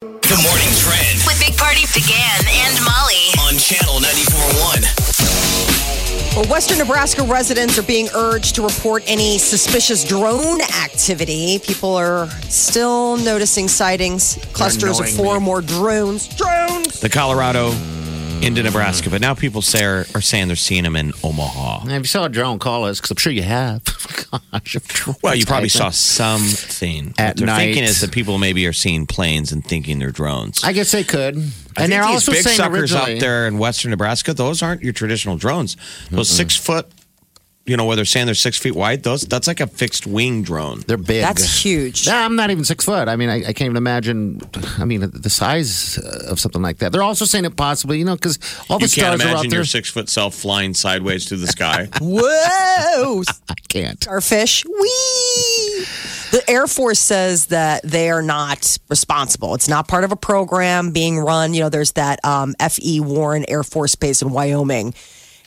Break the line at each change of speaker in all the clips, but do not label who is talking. The morning trend
With Big Party began and Molly.
on channel 94.1.
Well, Western Nebraska residents are being urged to report any suspicious drone activity. People are still noticing sightings, clusters of
annoying
four or
me.
more drones. Drones!
the Colorado into Nebraska, but now people say are, are saying they're seeing them in Omaha.
If you saw a drone, call us because I'm sure you have. Gosh, if drones
Well, you probably saw
happen.
something.
At
what they're thinking
night.
is that people maybe are seeing planes and thinking they're drones.
I guess they could,
I
and
think
they're
these
also
big
saying
suckers
originally.
out there in western Nebraska, those aren't your traditional drones. Those six foot, you know, where they're saying they're six feet wide, those that's like a fixed wing drone.
They're big.
That's huge.
Yeah, I'm not even six foot. I mean, I, I can't even imagine. I mean, the size uh, of something like that. They're also saying it possibly, you know, because all the
You can't
stars are out
imagine
there.
your six foot self flying sideways through the sky.
Whoa!
I can't.
Starfish. Whee! The Air Force says that they are not responsible. It's not part of a program being run. You know, there's that um, F.E. Warren Air Force Base in Wyoming.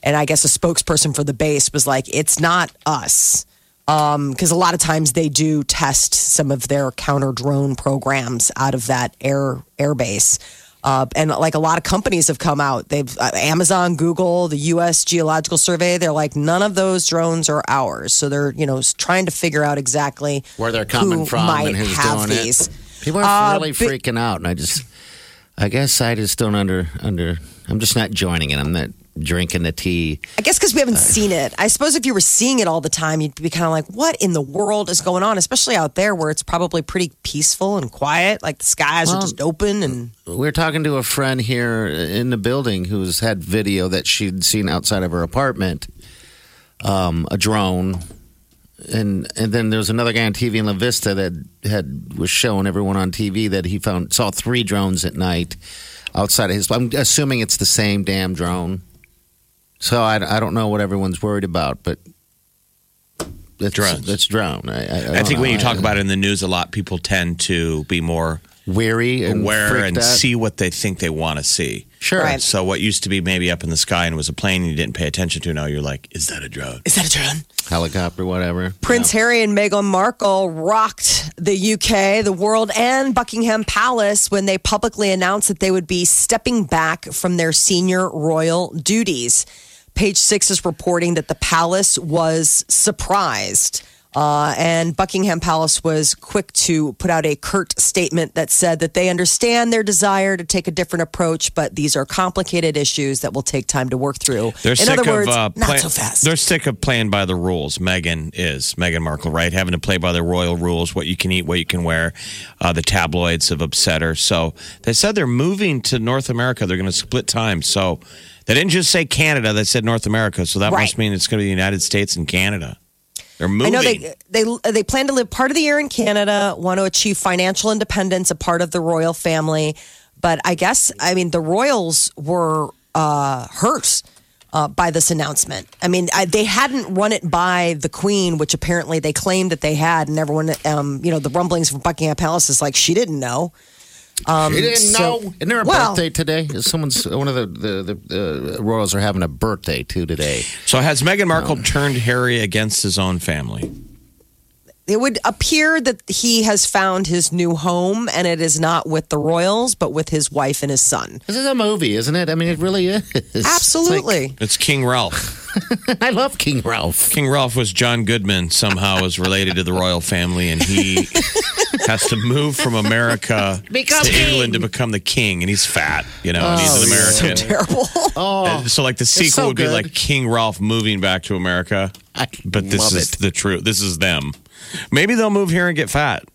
And I guess a spokesperson for the base was like, it's not us. because Um, a lot of times they do test some of their counter drone programs out of that air airbase. Uh, and like a lot of companies have come out, they've uh, Amazon, Google, the U.S. Geological Survey. They're like none of those drones are ours, so they're you know s- trying to figure out exactly
Where they're coming
who
from
might
and who's
have
doing
these.
it. People are
Uh,
really
but-
freaking out, and I just, I guess I just don't under under. I'm just not joining it. I'm not drinking the tea.
I guess because we haven't seen it. I suppose if you were seeing it all the time, you'd be kind of like, what in the world is going on? Especially out there where it's probably pretty peaceful and quiet. Like the skies are
Well,
just open and.
We're talking to a friend here in the building who's had video that she'd seen outside of her apartment, um, a drone, and and then there was another guy on TV in La Vista that had was showing everyone on TV that he found saw three drones at night outside of his. I'm assuming it's the same damn drone. So I, I don't know what everyone's worried about, but it's,
Drones.
It's drone. I, I,
I
don't
think when
know.
you talk
I-
about it in the news a lot, people tend to be more
weary and
aware
freaked
and
out.
see what they think they want to see.
sure.
Right.
So what used to be maybe up in the sky and was a plane you didn't pay attention to, now you're like, is that a drone?
Is that a drone?
helicopter, whatever.
Prince Harry and Meghan Markle rocked the UK, the world, and Buckingham Palace when they publicly announced that they would be stepping back from their senior royal duties. Page six is reporting that the palace was surprised. Uh, and Buckingham Palace was quick to put out a curt statement that said that they understand their desire to take a different approach, but these are complicated issues that will take time to work through.
They're
In
sick
other words,
of uh,
not
play-
so fast.
They're sick of playing by the rules. Meghan is Meghan Markle, right? Having to play by the royal rules, what you can eat, what you can wear. Uh, the tabloids have upset her. So they said they're moving to North America. They're going to split time. So they didn't just say Canada. They said North America. So that
Right.
must mean it's going to be the United States and Canada. They're
I
moving.
know they they they plan to live part of the year in Canada, want to achieve financial independence, a part of the royal family. But I guess I mean the royals were uh, hurt uh, by this announcement. I mean I, they hadn't run it by the Queen, which apparently they claimed that they had, and everyone, um, you know, the rumblings from Buckingham Palace is like she didn't know.
He didn't
so-
know. Isn't there a
Well-
birthday today? Someone's one of the the, the uh, royals are having a birthday too today.
so has Meghan Markle turned Harry against his own family?
It would appear that he has found his new home, and it is not with the royals, but with his wife and his son.
This is a movie, isn't it? I mean, it really is.
Absolutely.
It's King Ralph.
It's like- I love King Ralph.
King Ralph was John Goodman. Somehow is related to the royal family, and he has to move from America
Become
to
king. Oh,
England to become the king. And he's fat, you know, and he's an American. So,
Terrible.
so like the sequel
so
would be
good.
like King Ralph moving back to America,
I
but this
love
is
it.
the truth. This is them. Maybe they'll move here and get fat.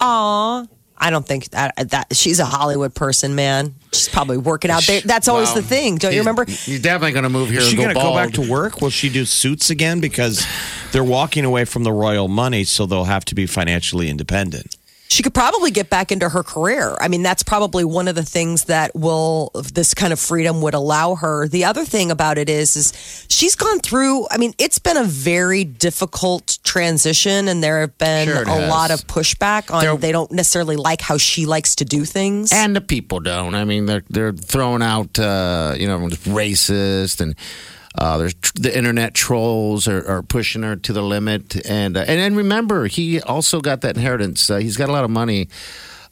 Aw. I don't think that, that she's a Hollywood person, man. She's probably working out there. That's always
Wow.
the thing. Don't you
He's-
remember?
He's definitely going to move here.
Is she
going
going to go back to work? Will she do suits again? Because they're walking away from the royal money, so they'll have to be financially independent.
she could probably get back into her career. I mean, that's probably one of the things that will this kind of freedom would allow her. The other thing about it is is she's gone through, I mean, it's been a very difficult transition and there have been
Sure it
a lot
has.
of pushback on
There-
they don't necessarily like how she likes to do things.
and the people don't. I mean, they're they're throwing out uh, you know everyone's racist and. Uh, there's tr- the internet trolls are, are pushing her to the limit, and uh, and and remember, he also got that inheritance. Uh, he's got a lot of money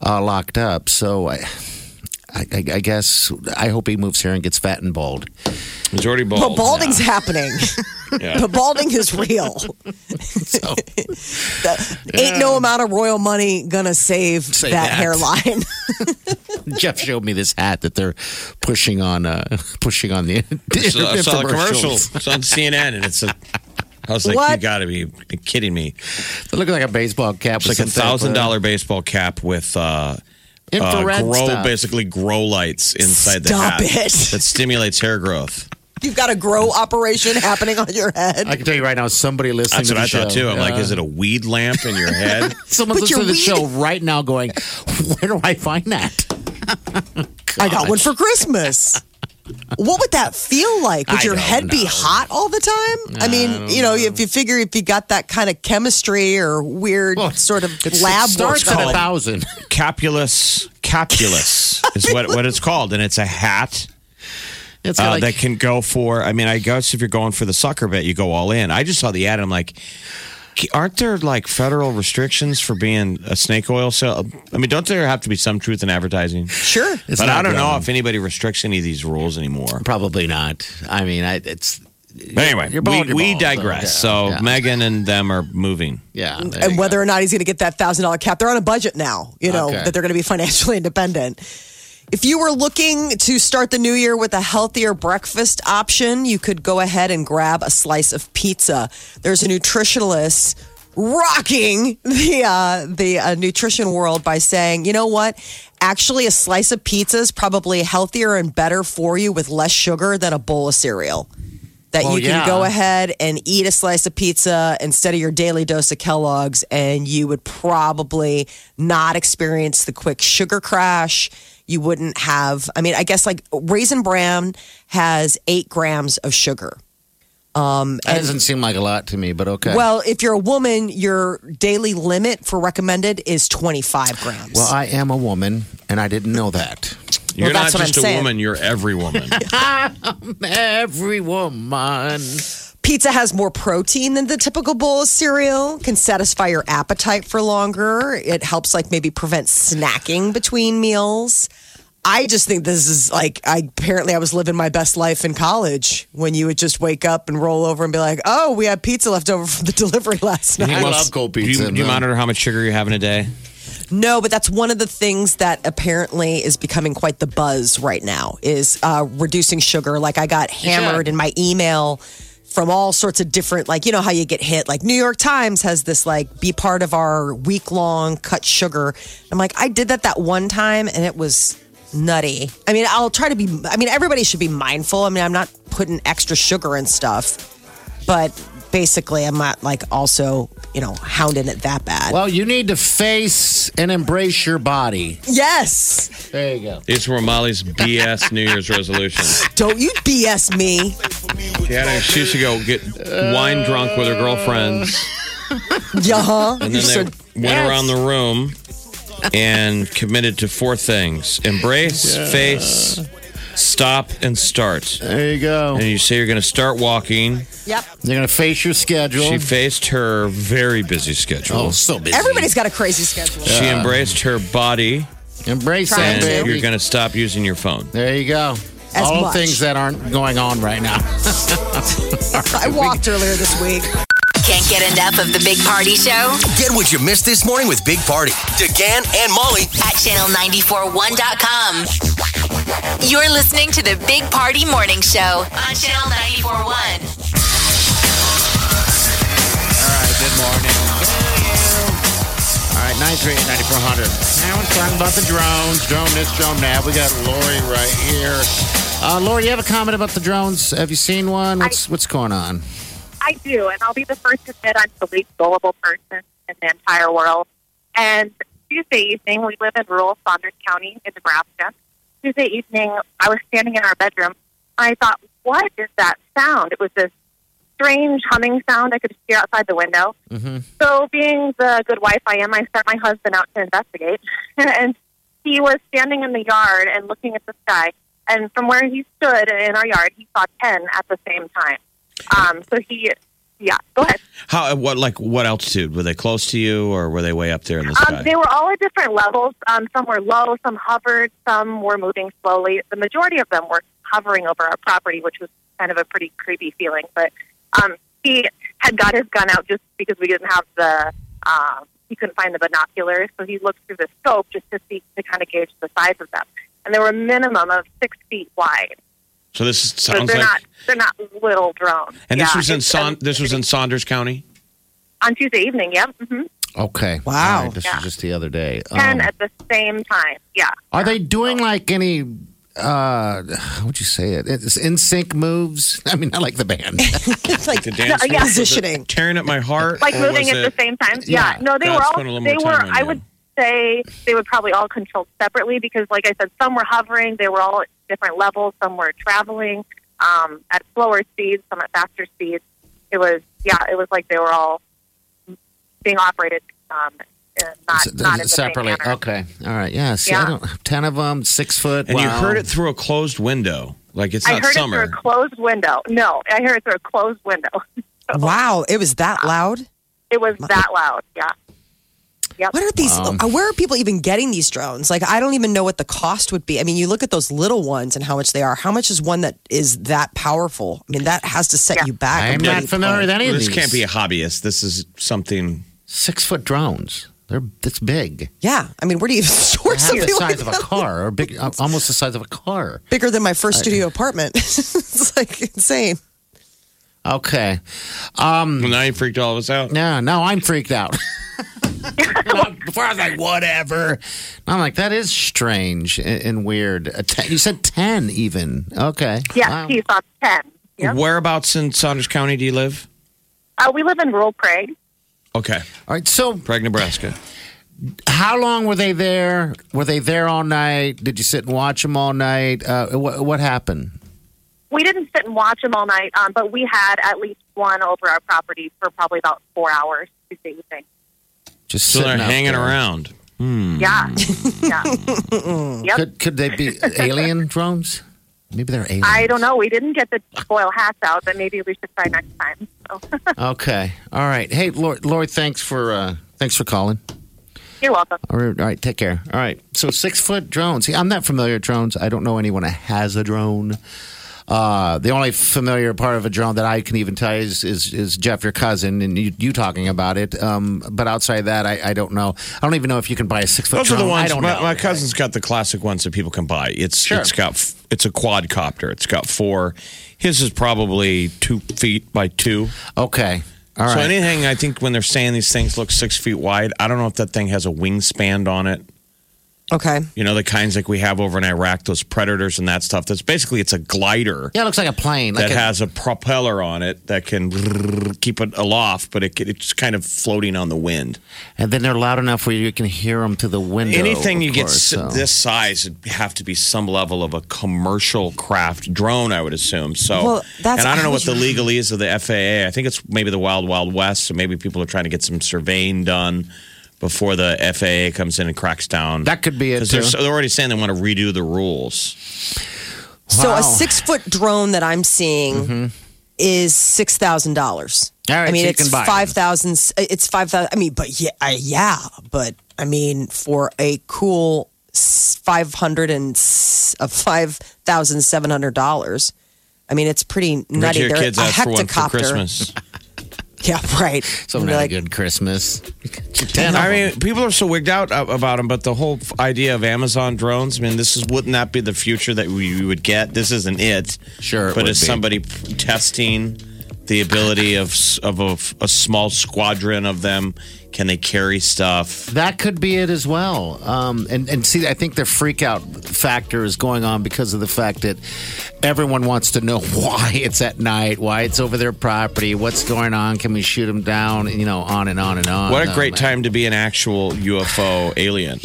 uh, locked up, so I, I, I I guess I hope he moves here and gets fat and bald.
He's already bald.
but balding's
now.
happening.
Yeah.
But balding is real. The- Ain't no amount of royal money gonna save
Save
that
that.
hairline.
Jeff showed me this hat that they're pushing on uh, pushing on the,
I saw, I saw a commercial.
commercials.
It's on CNN, and it's a. I was like, you
What?
got to be kidding me!
They look like a baseball cap.
It's like a thousand dollar baseball cap with uh, uh,
infrared
grow,
stuff.
basically grow lights inside
Stop
the hat
it.
that stimulates hair growth.
You've got a grow operation happening on your head.
I can tell you right now, somebody listening
That's
to
what
the
I
show,
thought too. I'm like, is it a weed lamp in your head?
Someone's
But your
listening to the show
weed-
right now going, where do I find that?
I got one for Christmas. What would that feel like? Would
I
your
don't
head be
know.
hot all the time? I mean, you know, if you figure if you got that kind of chemistry or weird sort of
It's-
lab
it
work
starts at a
going.
thousand.
Capulus, capulus is what what it's called, and it's a hat.
It's
uh,
like,
that can go for. I mean, I guess if you're going for the sucker bet, you go all in. I just saw the ad. And I'm like, aren't there like federal restrictions for being a snake oil sale? I mean, don't there have to be some truth in advertising?
Sure.
It's
but I
not
don't know
done.
if anybody restricts any of these rules anymore.
probably not. I mean, I, it's,
But anyway,
You're
we,
balling your
we
balls,
digress. So,
so, yeah, yeah.
Megan and them are moving.
yeah. there
and
you
whether or not he's going to get that thousand dollar cap. They're on a budget now, you know,
Okay.
that they're going to be financially independent. If you were looking to start the new year with a healthier breakfast option, you could go ahead and grab a slice of pizza. There's a nutritionalist rocking the uh, the uh, nutrition world by saying, you know what? Actually, a slice of pizza is probably healthier and better for you with less sugar than a bowl of cereal that
Well,
you can
yeah.
go ahead and eat a slice of pizza instead of your daily dose of Kellogg's, and you would probably not experience the quick sugar crash. You wouldn't have, I mean, I guess like Raisin Bran has eight grams of sugar. Um,
go. That doesn't seem like a lot to me, but okay.
Well, if you're a woman, your daily limit for recommended is 25 grams.
well, I am a woman, and I didn't know that.
You're
that's
not
what
just a
I'm saying.
woman, you're every woman.
Every woman.
Pizza has more protein than the typical bowl of cereal, can satisfy your appetite for longer. It helps, like, maybe prevent snacking between meals. I just think this is like, I apparently I was living my best life in college when you would just wake up and roll over and be like, oh, we had pizza left over from the delivery last night.
I love cold
do, you,
pizza.
do you
man.
monitor how much sugar you have in a day?
No, but that's one of the things that apparently is becoming quite the buzz right now is uh, reducing sugar. Like I got hammered in my email from all sorts of different, like you know how you get hit. Like New York Times has this like be part of our week long cut sugar. I'm like I did that that one time and it was nutty. I mean I'll try to be. I mean everybody should be mindful. I mean I'm not putting extra sugar and stuff, but basically I'm not like also you know hounding it that bad.
Well, you need to face and embrace your body.
yes.
There you go.
These were Molly's BS New Year's resolutions.
Don't you BS me.
She had an excuse to go get wine drunk with her girlfriends.
Yeah, huh?
And then they went around the room and committed to four things embrace, face, stop, and start.
There you go.
And you say you're going to start walking.
Yep.
You're gonna face your schedule.
She faced her very busy schedule.
oh, so busy.
Everybody's got a crazy schedule.
She embraced her body,
embrace
Trying
it,
and
to.
baby.
you're going to stop using your phone.
there you go.
As
All
much.
things that aren't going on right now.
I walked earlier this week.
Can't get enough of the Big Party Show
Get what you missed this morning with Big Party. DeGan and Molly
at channel941.com. You're listening to the Big Party Morning Show on Channel 941.
All right, good morning. All right, 938-9400. Now we're talking about the drones, drone this, drone that. We got Lori right here. Uh, Lori, you have a comment about the drones. Have you seen one? What's what's going on?
I do, and I'll be the first to admit I'm the least gullible person in the entire world. And Tuesday evening, we live in rural Saunders County in Nebraska. Tuesday evening, I was standing in our bedroom. I thought, what is that sound? It was this strange humming sound I could hear outside the window.
Mhm.
So, being the good wife I am, I sent my husband out to investigate. and he was standing in the yard and looking at the sky. And from where he stood in our yard, he saw 10 at the same time. Um, so he, yeah, go ahead.
How? What? Like what altitude? Were they close to you, or were they way up there in the sky?
Um, they were all at different levels. Um, some were low, some hovered, some were moving slowly. The majority of them were hovering over our property, which was kind of a pretty creepy feeling. But um, he had got his gun out just because we didn't have the, um, he couldn't find the binoculars. So he looked through the scope just to see, to kind of gauge the size of them. And they were a minimum of six feet wide.
so this
So
sounds
they're
like.
not they're not little drones.
and this
Yeah,
was in
it's-
Saun-
and-
This was in Saunders County.
on Tuesday evening. Yep, hmm
Okay.
Wow.
All right, this
Yeah.
was just the other day.
ten
Oh.
Um,
at the same time. Yeah.
Are they doing like any? Uh, how would you say it? It's in sync moves. I mean, I like the band.
like
The dance
Oh, yeah.
moves? Was it
Positioning.
tearing at my heart.
like
or
moving
was
at the
it-
same time. Yeah,
Yeah.
no, they
God,
were
spend a
all
little
they
more
were.
time on
I
you.
would say they were probably all controlled separately because, like I said, some were hovering. They were all at different levels. Some were traveling um, at slower speeds. Some at faster speeds. It was yeah. It was like they were all being operated. Um, uh, not,
S-
not in the
separately.
Same manner.
okay. All right. Yeah. See, I
Yeah.
don't, ten of them, six foot.
And you
wow.
heard it through a closed window. Like it's
I
not
heard
summer.
it through a closed window. No, I heard it through a closed window.
wow, it was that loud.
It was that loud. Yeah. Yep.
What are these? uh, Where are people even getting these drones? Like, I don't even know what the cost would be. I mean, you look at those little ones and how much they are. How much is one that is that powerful? I mean, that has to set
Yeah.
you back.
I am
a
not
pretty
familiar with
point.
any of
this
these.
can't be a hobbyist. This is something.
six foot drones. They're that's big.
Yeah, I mean, where do you even store
Half
something
the
like
size of a
that?
car, or big, uh, almost the size of a car.
Bigger than my first studio apartment. it's like insane.
Okay.
Well, now you freaked all of us out.
No, no, I'm freaked out. You know, Before I was like, whatever. I'm like, that is strange and, and weird. A ten, you said 10 even. Okay.
Yes,
Wow.
he saw ten. Yep.
Whereabouts in Saunders County do you live?
Uh, we live in rural Prague.
Okay,
All right. So,
Prague, Nebraska.
how long were they there? Were they there all night? Did you sit and watch them all night? Uh, what, what happened?
we didn't sit and watch them all night, um, but we had at least one over our property for probably about four hours Tuesday evening.
Just
So they're
sitting out
hanging
there.
around.
Yeah, yeah. Yep.
Could, could they be alien drones? Maybe they're aliens.
I don't know. We didn't get the foil hats out, but maybe we should try next time. So
Okay. All right. Hey, Lord, Lord thanks for uh, thanks for calling.
you're welcome.
All right, all right, take care. All right, so six foot drones. See, I'm not familiar with drones. I don't know anyone that has a drone. Uh, the only familiar part of a drone that I can even tell you is is, is Jeff, your cousin, and you, you talking about it. Um, but outside of that, I, I don't know. I don't even know if you can buy a six foot.
Those are the
drone. I
ones.
don't
My,
know.
my cousin's got the classic ones that people can buy. It's
Sure.
it's got f- it's a quadcopter. It's got four. His is probably two feet by two.
Okay. All right.
so anything I think when they're saying these things look six feet wide, I don't know if that thing has a wingspan on it.
Okay,
You know the kinds like we have over in Iraq, those predators and that stuff. That's basically it's a glider.
yeah, it looks like a plane. Like
that
a-
has a propeller on it that can keep it aloft, but it, can- it's kind of floating on the wind.
and then they're loud enough where you can hear them through the window.
Anything
of
you
course,
get
so.
s this size would have to be some level of a commercial craft drone, I would assume. So,
Well, that's-
and I don't know
I
what
was-
the legalese of the FAA. I think it's maybe the Wild Wild West. So maybe people are trying to get some surveying done before the FAA comes in and cracks down.
That could be it.
because they're,
too.
so- they're already saying they want to redo the rules.
so
Wow. Mm-hmm.
a six foot drone that I'm seeing is six thousand dollars.
All right,
I mean
so you
it's
can buy 'em.
five thousand. It's five thousand. I mean, but yeah, I, yeah, but I mean for a cool five hundred and uh, five thousand seven hundred dollars. I mean, it's pretty
Which
nutty.
your
They're
kids
a
asked for one for
hectocopter.
Christmas.
Yeah, right.
So
They're
not a
like,
good Christmas. Ten of
I
'em.
mean, people are so wigged out a- about them, but the whole f- idea of Amazon drones, I mean, this is wouldn't that be the future that we, we would get? This isn't it.
Sure, it
But
would
is
be.
somebody p- testing the ability of s- of a, f- a small squadron of them? Can they carry stuff?
That could be it as well. Um, and, and see, I think the freak out factor is going on because of the fact that everyone wants to know why it's at night, why it's over their property, what's going on, can we shoot them down, you know, on and on and on.
What a
Oh,
great
man.
time to be an actual UFO alien.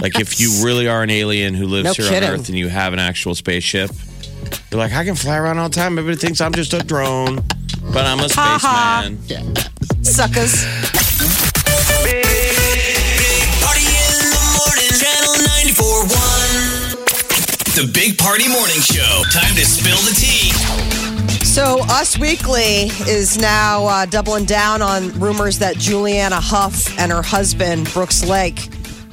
Like if you really are an alien who lives
No
here
kidding.
on Earth and you have an actual spaceship, you're like, I can fly around all the time. Everybody thinks I'm just a drone, but I'm a spaceman.
Suckers.
Big Party in the morning, channel 941. The Big Party Morning Show. Time to spill the tea.
So, Us Weekly is now uh, doubling down on rumors that Juliana Huff and her husband, Brooks Lake,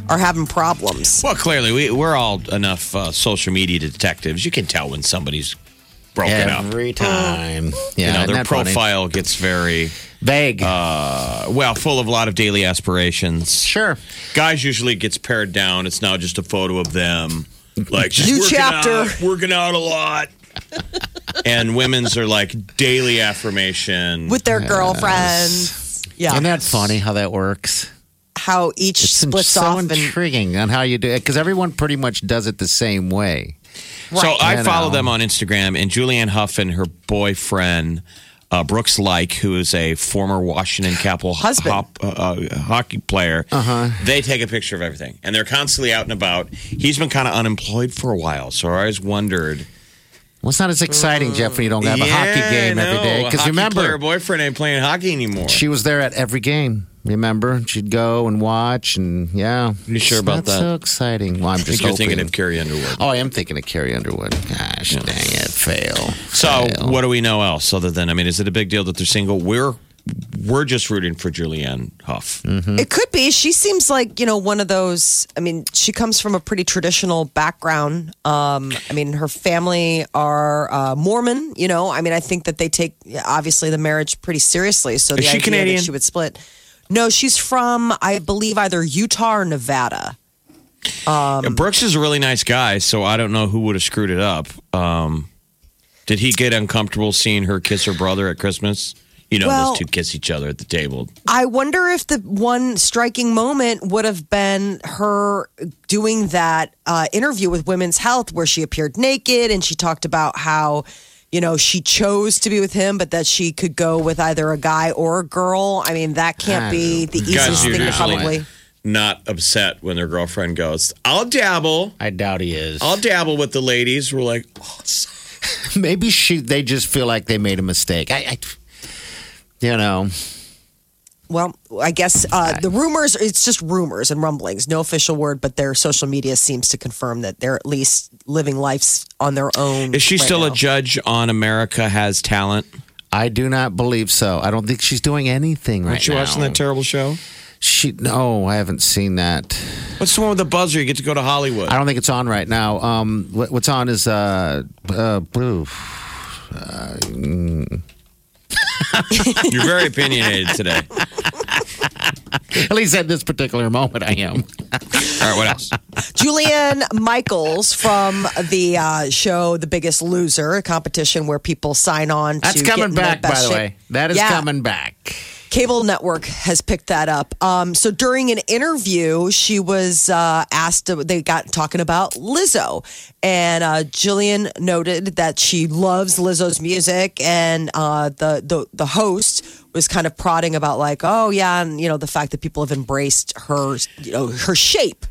are having problems.
Well, clearly, we, we're all enough uh, social media detectives. You can tell when somebody's broken up.
Every time.
You
Yeah,
know,
isn't
their
that funny?
profile gets very,
Vague.
uh, well, full of a lot of daily aspirations.
sure.
guys usually gets pared down. It's now just a photo of them, like just
New
working
chapter.
out, working out a lot. and women's are like daily affirmation.
With their girlfriends. Yeah.
Isn't that funny how that works?
how each splits
so
off. And,
intriguing on how you do it because everyone pretty much does it the same way.
So I
You
follow
know.
them on Instagram, and Julianne Huff and her boyfriend uh, Brooks Like, who is a former Washington Capitol ho-
Husband.
hop- uh, uh, hockey player, uh-huh. they take a picture of everything, and they're constantly out and about. He's been kind of unemployed for a while, so I always wondered.
Well, it's not as exciting, Jeff, when you don't have a hockey
Yeah,
game
I
every
know.
day.
A
Because
hockey player
remember,
boyfriend ain't playing hockey anymore.
she was there at every game. Remember, she'd go and watch, and yeah.
You sure
It's
about
not
that?
So exciting. Well, I'm
I
just
think you're
hoping.
thinking of Carrie Underwood.
Oh, I am thinking of Carrie Underwood. Gosh, dang it, fail.
So,
fail.
what do we know else other than I mean, is it a big deal that they're single? We're we're just rooting for Julianne Huff.
it could be. She seems like, you know, one of those. I mean, she comes from a pretty traditional background. Um, I mean, her family are uh, Mormon, you know. I mean, I think that they take, obviously, the marriage pretty seriously. So the
Is she
idea
Canadian?
that she would split. No, she's from, I believe, either Utah or Nevada.
Yeah, Brooks is a really nice guy, so I don't know who would have screwed it up. Um, did he get uncomfortable seeing her kiss her brother at Christmas? You know,
Well-
those two kiss each other at the table.
I wonder if the one striking moment would have been her doing that uh, interview with Women's Health where she appeared naked and she talked about how, you know, she chose to be with him, but that she could go with either a guy or a girl. I mean, that can't be the easiest
Guys are
thing to
usually
probably.
not upset when their girlfriend goes, "I'll dabble,
I doubt he is.
I'll dabble with the ladies." We're like, oh, it's-
Maybe she. They just feel like they made a mistake. I, I you know.
Well, I guess uh, the rumors, it's just rumors and rumblings, no official word, but their social media seems to confirm that they're at least living lives on their own.
is she
right
still a
now.
judge on America Has Talent?
I do not believe so. I don't think she's doing anything right
Aren't you
now.
watching that terrible show?
She no, I haven't seen that.
What's the one with the buzzer? You get to go to Hollywood.
I don't think it's on right now. Um, what, what's on is uh, uh, blue.
You're very opinionated today. All
At least at this particular moment, I am.
right, what else?
Julianne Michaels from the uh, show The Biggest Loser, a competition where people sign on.
That's
to
coming
get in
back, by
best
the
shape.
way. That is
Yeah.
coming back.
Cable network has picked that up. Um, so during an interview, she was uh, asked. They got talking about Lizzo, and uh, Jillian noted that she loves Lizzo's music, and uh, the the the host was kind of prodding about like, oh yeah, and you know the fact that people have embraced her, you know, her shape.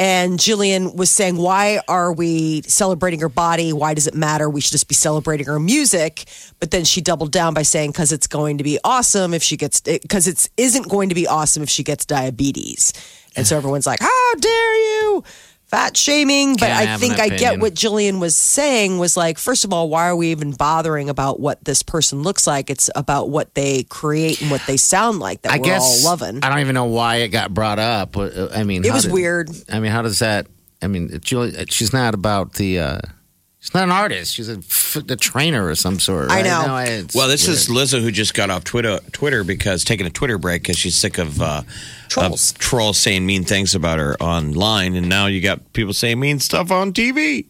And Jillian was saying, Why are we celebrating her body? Why does it matter? We should just be celebrating her music. But then she doubled down by saying, Because it's going to be awesome if she gets, because it isn't going to be awesome if she gets diabetes. And so everyone's like, How dare you? Fat shaming. But
Can I
I
have
think
an
I get
opinion?
what Jillian was saying was like, First of all, why are we even bothering about what this person looks like? It's about what they create and what they sound like that
I
we're
guess
all loving.
I don't even know why it got brought up. but, uh, I mean,
It
how
was
did-
weird.
I mean, how does that? I mean, Julie, uh, she's not about the. Uh, she's not an artist. She's a, f- a trainer or some sort.
I
right?
know.
No, it's
Well, this
weird.
is Lizzo who just got off Twitter Twitter because taking a Twitter break because she's sick of uh,
Trolls.
of trolls saying mean things about her online, and now you got people saying mean stuff on TV.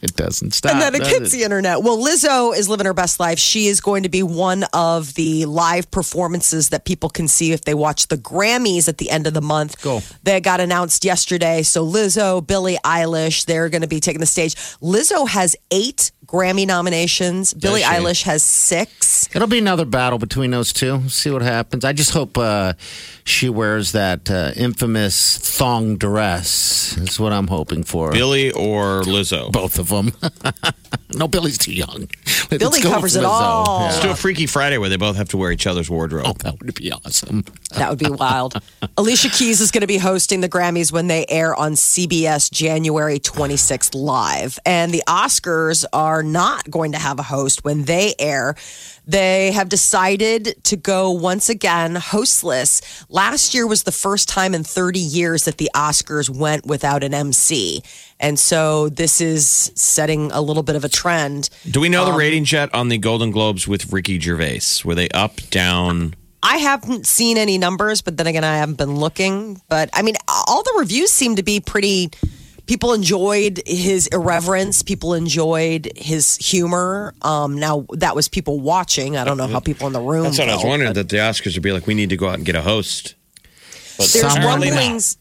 It doesn't stop.
and then it
does
hits the internet. Well, Lizzo is living her best life. She is going to be one of the live performances that people can see if they watch the Grammys at the end of the month.
Cool.
They got announced yesterday. So Lizzo, Billie Eilish, they're going to be taking the stage. Lizzo has eight Grammy nominations. Billie
she?
Eilish has six.
It'll be another battle between those two. See what happens. I just hope uh, she wears that uh, infamous thong dress. That's what I'm hoping for.
Billy or Lizzo?
Both of them. no, Billy's too young. Let's
Billy
go with
covers it
Lizzo.
all.
Yeah.
Let's do a Freaky Friday where they both have to wear each other's wardrobe.
Oh, that would be awesome.
That would be wild. Alicia Keys is going to be hosting the Grammys when they air on CBS January 26th live. And the Oscars are not going to have a host when they air. They have decided to go once again hostless. Last year was the first time in 30 years that the Oscars went without an MC. And so this is setting a little bit of a trend.
Do we know the ratings yet on the Golden Globes with Ricky Gervais? Were they up, down?
I haven't seen any numbers, but then again, I haven't been looking. But I mean, all the reviews seem to be pretty. People enjoyed his irreverence. People enjoyed his humor. Um, now that was people watching. I don't know how people in the room.
That's what I was
felt.
wondering. That the Oscars would be like, we need to go out and get a host. But
There's
Apparently
rumblings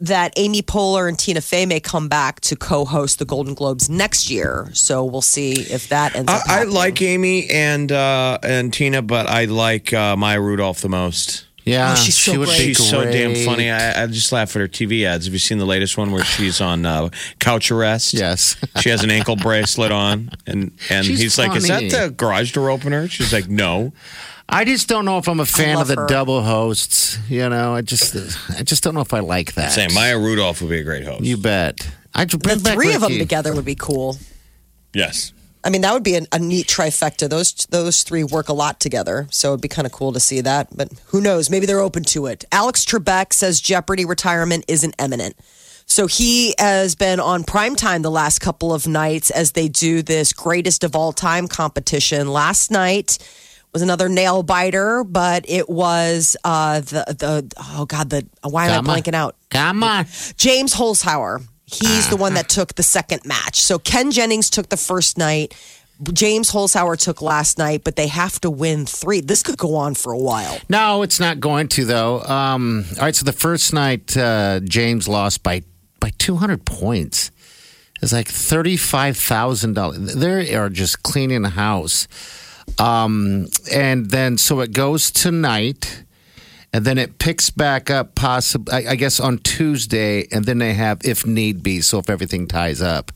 that Amy Poehler and Tina Fey may come back to co-host the Golden Globes next year. So we'll see if that ends up.
I, I
happening.
like Amy and uh, and Tina, but I like uh, Maya Rudolph the most.
Yeah,
Oh, she's so
she would
great.
be
She's so damn
great.
funny. I, I just laugh at her TV ads. Have you seen the latest one where she's on uh, couch arrest?
Yes.
She has an ankle bracelet on, and and
She's
he's like, "Is that
funny.
the garage door opener?" She's like, "No."
I just don't know if I'm a fan
love
of the
her.
double hosts. You know, I just, I just don't know if I like that.
Saying Maya Rudolph would be a great host.
You bet. I
the
bring back
three of them
Ricky.
together would be cool.
yes.
I mean, that would be an, a neat trifecta. Those those three work a lot together, so it'd be kind of cool to see that. But who knows? Maybe they're open to it. Alex Trebek says Jeopardy retirement isn't imminent. So he has been on primetime the last couple of nights as they do this greatest of all time competition. Last night was another nail biter, but it was uh, the the oh god the why am
Come
I
on.
blanking out?
Come on.
James Holzhauer. He's the one that took the second match. So Ken Jennings took the first night. James Holzhauer took last night, but they have to win three. This could go on for a while.
No, it's not going to though. Um, all right, so the first night uh, James lost by by 200 points. It's like thirty-five thousand dollars. They are just cleaning the house, um, and then so it goes tonight, and then it picks back up, possibly I, I guess on Tuesday, and then they have if need be. So if everything ties up,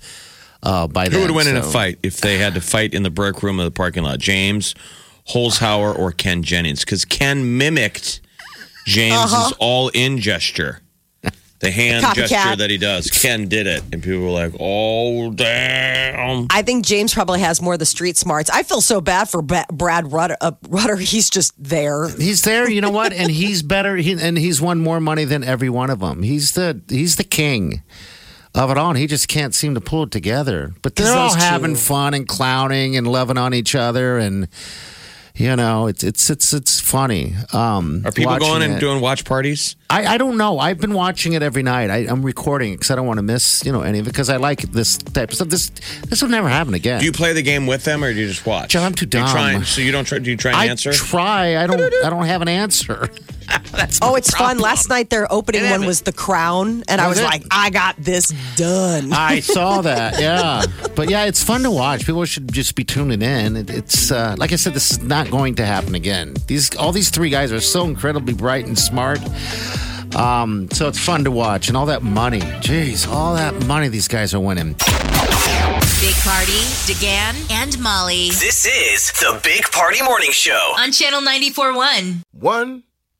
uh, by
Who would win in a
so-
fight if they had to fight in the break room of the parking lot? James Holzhauer or Ken Jennings? Because Ken mimicked James's
Uh-huh.
all-in gesture, the hand
Copycat.
gesture that he does. Ken did it, and people were like, "Oh damn!"
I think James probably has more of the street smarts. I feel so bad for Ba- Brad Rutter. Uh, Rutter. He's just there.
He's there, you know what? And he's better, he, and he's won more money than every one of them. He's the he's the king of it all. And he just can't seem to pull it together. But they're all
those two-
having fun and clowning and loving on each other, and you know, it's it's it's it's funny. Um,
Are people
watching
going and
it.
doing watch parties?
I, I don't know. I've been watching it every night. I, I'm recording because I don't want to miss you know any of it because I like this type of stuff. This this will never happen again.
Do you play the game with them, or do you just watch?
John, I'm too
Do you try
dumb.
and- so you don't try. Do you try and
I
answer?
try. I don't. I don't have an answer.
Oh, it's fun. Last night their opening one was The Crown, and I was
Was it?
like, I got this done.
I saw that, yeah. But yeah, it's fun to watch. People should just be tuning in. It, it's uh, like I said, this is not going to happen again. These all these three guys are so incredibly bright and smart. Um, so it's fun to watch, and all that money. Jeez, all that money these guys are winning.
Big Party, DeGan, and Molly
This is the Big Party Morning Show.
on Channel 94.1.
One,